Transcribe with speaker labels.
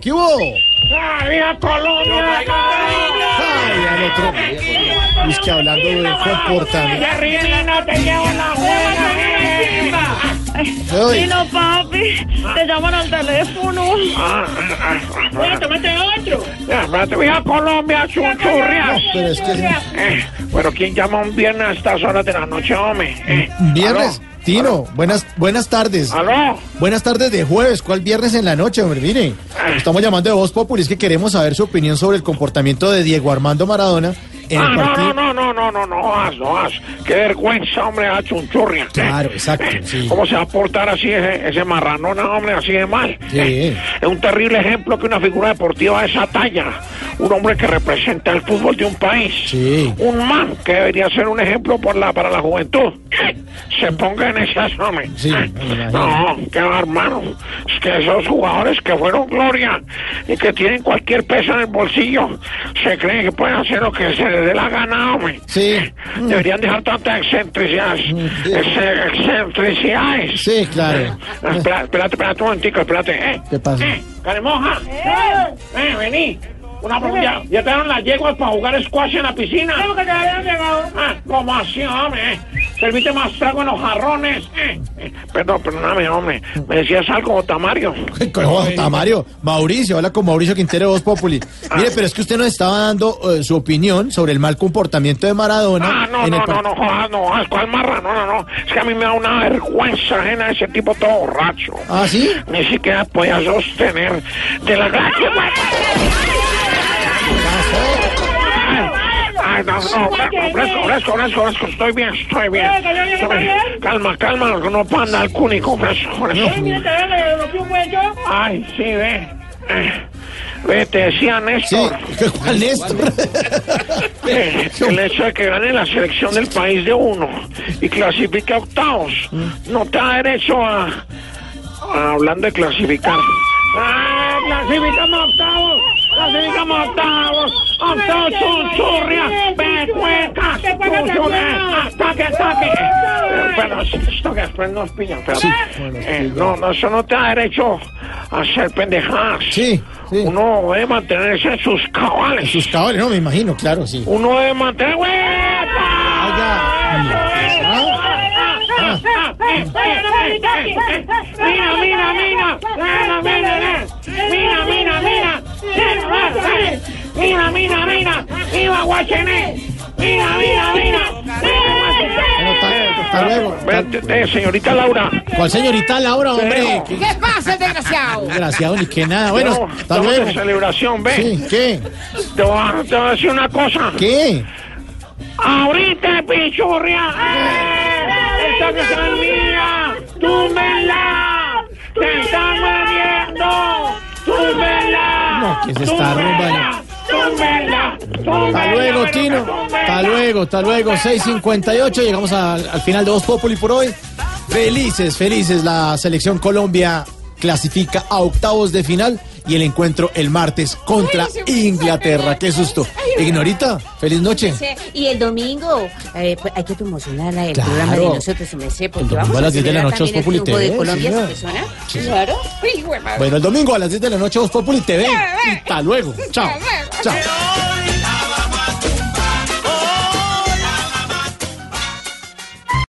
Speaker 1: ¿Qué hubo?
Speaker 2: ¡Viva Colombia!
Speaker 1: Ay, al otro. Es que hablando de Juan Porta.
Speaker 2: ¡Ya Rimino, te llevo la buena!
Speaker 1: Ay,
Speaker 3: Chino, papi, te llaman al teléfono. Bueno, tómate otro.
Speaker 2: ¡Viva Colombia, chuchurria!
Speaker 1: no, pero es que
Speaker 2: Eh, pero ¿quién llama un viernes a estas horas de la noche, hombre? Eh,
Speaker 1: viernes. Tino, buenas, buenas tardes.
Speaker 2: ¿Aló?
Speaker 1: Buenas tardes de jueves. ¿Cuál viernes en la noche, hombre? Mire, estamos llamando de Voz Populi. Es que queremos saber su opinión sobre el comportamiento de Diego Armando Maradona en
Speaker 2: Ah,
Speaker 1: el
Speaker 2: no, no,
Speaker 1: partido.
Speaker 2: no, no, no, no, no, no, as, no, as. Qué vergüenza, hombre, a chunchurria. Eh,
Speaker 1: Claro, exacto, sí.
Speaker 2: ¿Cómo se va a portar así ese, ese marranona, hombre, así de mal?
Speaker 1: Sí.
Speaker 2: Eh, es un terrible ejemplo que una figura deportiva de esa talla, un hombre que representa el fútbol de un país,
Speaker 1: Sí.
Speaker 2: un man que debería ser un ejemplo por la, para la juventud, eh, se ponga en esas, hombre. Eh,
Speaker 1: Sí, me imagino.
Speaker 2: No, qué hermano. Es que esos jugadores que fueron gloria y que tienen cualquier peso en el bolsillo, se creen que pueden hacer lo que se les dé la gana, hombre.
Speaker 1: Sí.
Speaker 2: Deberían dejar tantas excentricidades.
Speaker 1: Mm. sí.
Speaker 2: Ex- excentricidades. Eh,
Speaker 1: Sí, claro.
Speaker 2: Espera- Espérate, espérate un momentico, espérate. ¿eh?
Speaker 1: ¿Qué pasa?
Speaker 2: ¿Eh? Caremoja. Eh, vení. Una pregunta. ¿Ya te dieron las yeguas para jugar squash en la piscina?
Speaker 3: ¿Cómo que te habían llegado?
Speaker 2: Ah, ¿Cómo así, hombre? Serviste más trago en los jarrones. eh. Eh, Perdón, perdóname, hombre. Me decías algo, Tamario.
Speaker 1: Jota Mario, Mauricio, habla con Mauricio Quintero de Voz Populi.
Speaker 2: Ah.
Speaker 1: Mire, pero es que usted nos estaba dando eh, su opinión sobre el mal comportamiento de Maradona
Speaker 2: Ah, no,
Speaker 1: en el
Speaker 2: no,
Speaker 1: partido.
Speaker 2: no, no, jodas, no, jodas, ¿cuál marra? No, no, no. Es que a mí me da una vergüenza ajena ese tipo todo borracho.
Speaker 1: ¿Ah, sí?
Speaker 2: Ni siquiera podía sostener de la
Speaker 1: Ah.
Speaker 2: gran... Ah, Ay,
Speaker 1: Oh.
Speaker 2: no, no, fresco, fresco, fresco, fresco, estoy bien, estoy bien. Estoy bien. Calma, calma, no panda al cúnico, fresco, fresco.
Speaker 3: Mira, te habían le rompí un hueso.
Speaker 2: Ay, sí, ve. Eh, Ve, te decía
Speaker 1: Sí,
Speaker 2: Néstor.
Speaker 1: ¿cuál Néstor?
Speaker 2: Eh, el hecho de que gane la selección del país de uno y clasifique a octavos no te da derecho a, a- hablando de clasificar. ¡Ah, clasificamos a octavos! ¡Clasificamos a octavos! ¡Octavos chunchurria! ¡Pecuecas! ¡Chunchurria! ¡Ataque, ataque! Eh, Pero esto que después nos pillan, pero... eh, no, no, eso no te da derecho a hacer pendejadas.
Speaker 1: Sí, sí.
Speaker 2: Uno debe mantenerse en sus cabales.
Speaker 1: Sus cabales, no, me imagino, claro, sí.
Speaker 2: Uno de mantener. Mira, mira, mira. Mira, mira, mira. Mira, mira, mira. Mira, mira, mira. Viva Guachené. Mira, mira,
Speaker 1: Bueno, ta- hasta luego.
Speaker 2: mira. Vete, señorita Laura.
Speaker 1: ¿Cuál señorita Laura, hombre?
Speaker 2: Pero-
Speaker 1: Qué
Speaker 4: ¿Qué pasa, desgraciado?
Speaker 1: desgraciado, ni qué nada. Bueno, hasta
Speaker 2: estamos de
Speaker 1: luego.
Speaker 2: celebración, ve.
Speaker 1: Sí, ¿qué?
Speaker 2: Te voy a te voy a decir una cosa.
Speaker 1: ¿Qué?
Speaker 2: ¡Ahorita, pichurria! ¡Eh! ¡Esta que es mía! ¡Túmela! ¡Te están moviendo! ¡Túmela!
Speaker 1: No, que se está
Speaker 2: ¡Túmela! ¡Túmela! ¡Túmela!
Speaker 1: Hasta luego, Tino. Hasta luego, hasta luego. 6.58, llegamos al, al final de Voz Populi por hoy. Felices, felices. La selección Colombia clasifica a octavos de final y el encuentro el martes contra Inglaterra. Qué susto. Ignorita, feliz noche.
Speaker 4: Sí, Y el domingo eh, pues, hay que promocionar la- el
Speaker 1: Claro.
Speaker 4: programa de nosotros, su merced,
Speaker 1: El
Speaker 4: porque
Speaker 1: domingo
Speaker 4: vamos
Speaker 1: a
Speaker 4: a
Speaker 1: las 10 de la
Speaker 4: celebrar
Speaker 1: noche,
Speaker 4: también el
Speaker 1: Populi
Speaker 4: triunfo de
Speaker 1: TV,
Speaker 4: Colombia,
Speaker 1: señora.
Speaker 4: su persona. Claro. Uy, güey, madre.
Speaker 1: Bueno, el domingo a las 10 de la noche Voz Populi TV. Hasta luego. Chao. Chao.